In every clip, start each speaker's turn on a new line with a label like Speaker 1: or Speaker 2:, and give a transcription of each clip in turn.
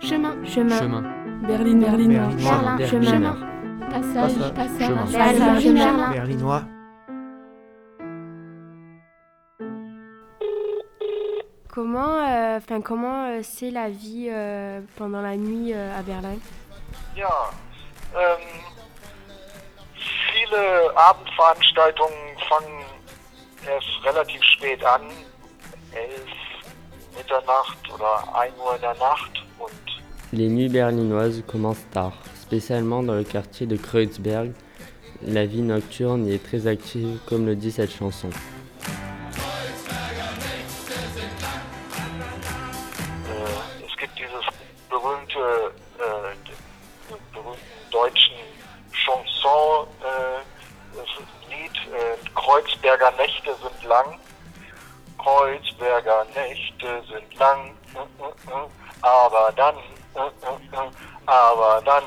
Speaker 1: Chemin.
Speaker 2: Chemin.
Speaker 3: Chemin.
Speaker 2: Berlinois.
Speaker 4: Berlinois.
Speaker 1: Berlin.
Speaker 3: Berliner.
Speaker 1: Passage.
Speaker 4: Passage.
Speaker 3: Chemin.
Speaker 1: Passage.
Speaker 2: Passage.
Speaker 1: Chemin.
Speaker 4: Berlinois.
Speaker 5: Comment, euh, enfin, comment euh, c'est la vie euh, pendant la nuit äh, à Berlin
Speaker 6: Ja, ähm, viele Abendveranstaltungen fangen erst relativ spät an, elf Mitternacht oder 1 Uhr in der Nacht und
Speaker 7: Les nuits berlinoises commencent tard, spécialement dans le quartier de Kreuzberg. La vie nocturne y est très active, comme le dit cette chanson.
Speaker 6: äh, es gibt dieses berühmte, äh, d- berühmten deutschen Chanson, äh, das Lied äh, Kreuzberger Nächte sind lang. Kreuzberger Nächte sind lang, äh, äh, äh, aber dann, äh, äh, äh, aber dann.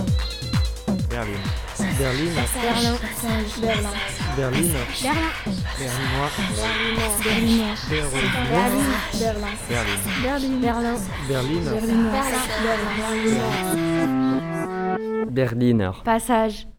Speaker 4: Berlin. Berlin. Berlin. Berlinois. Berlinois. Berlin.
Speaker 2: Berlin.
Speaker 4: Berlin.
Speaker 7: Berliner.
Speaker 5: Passage.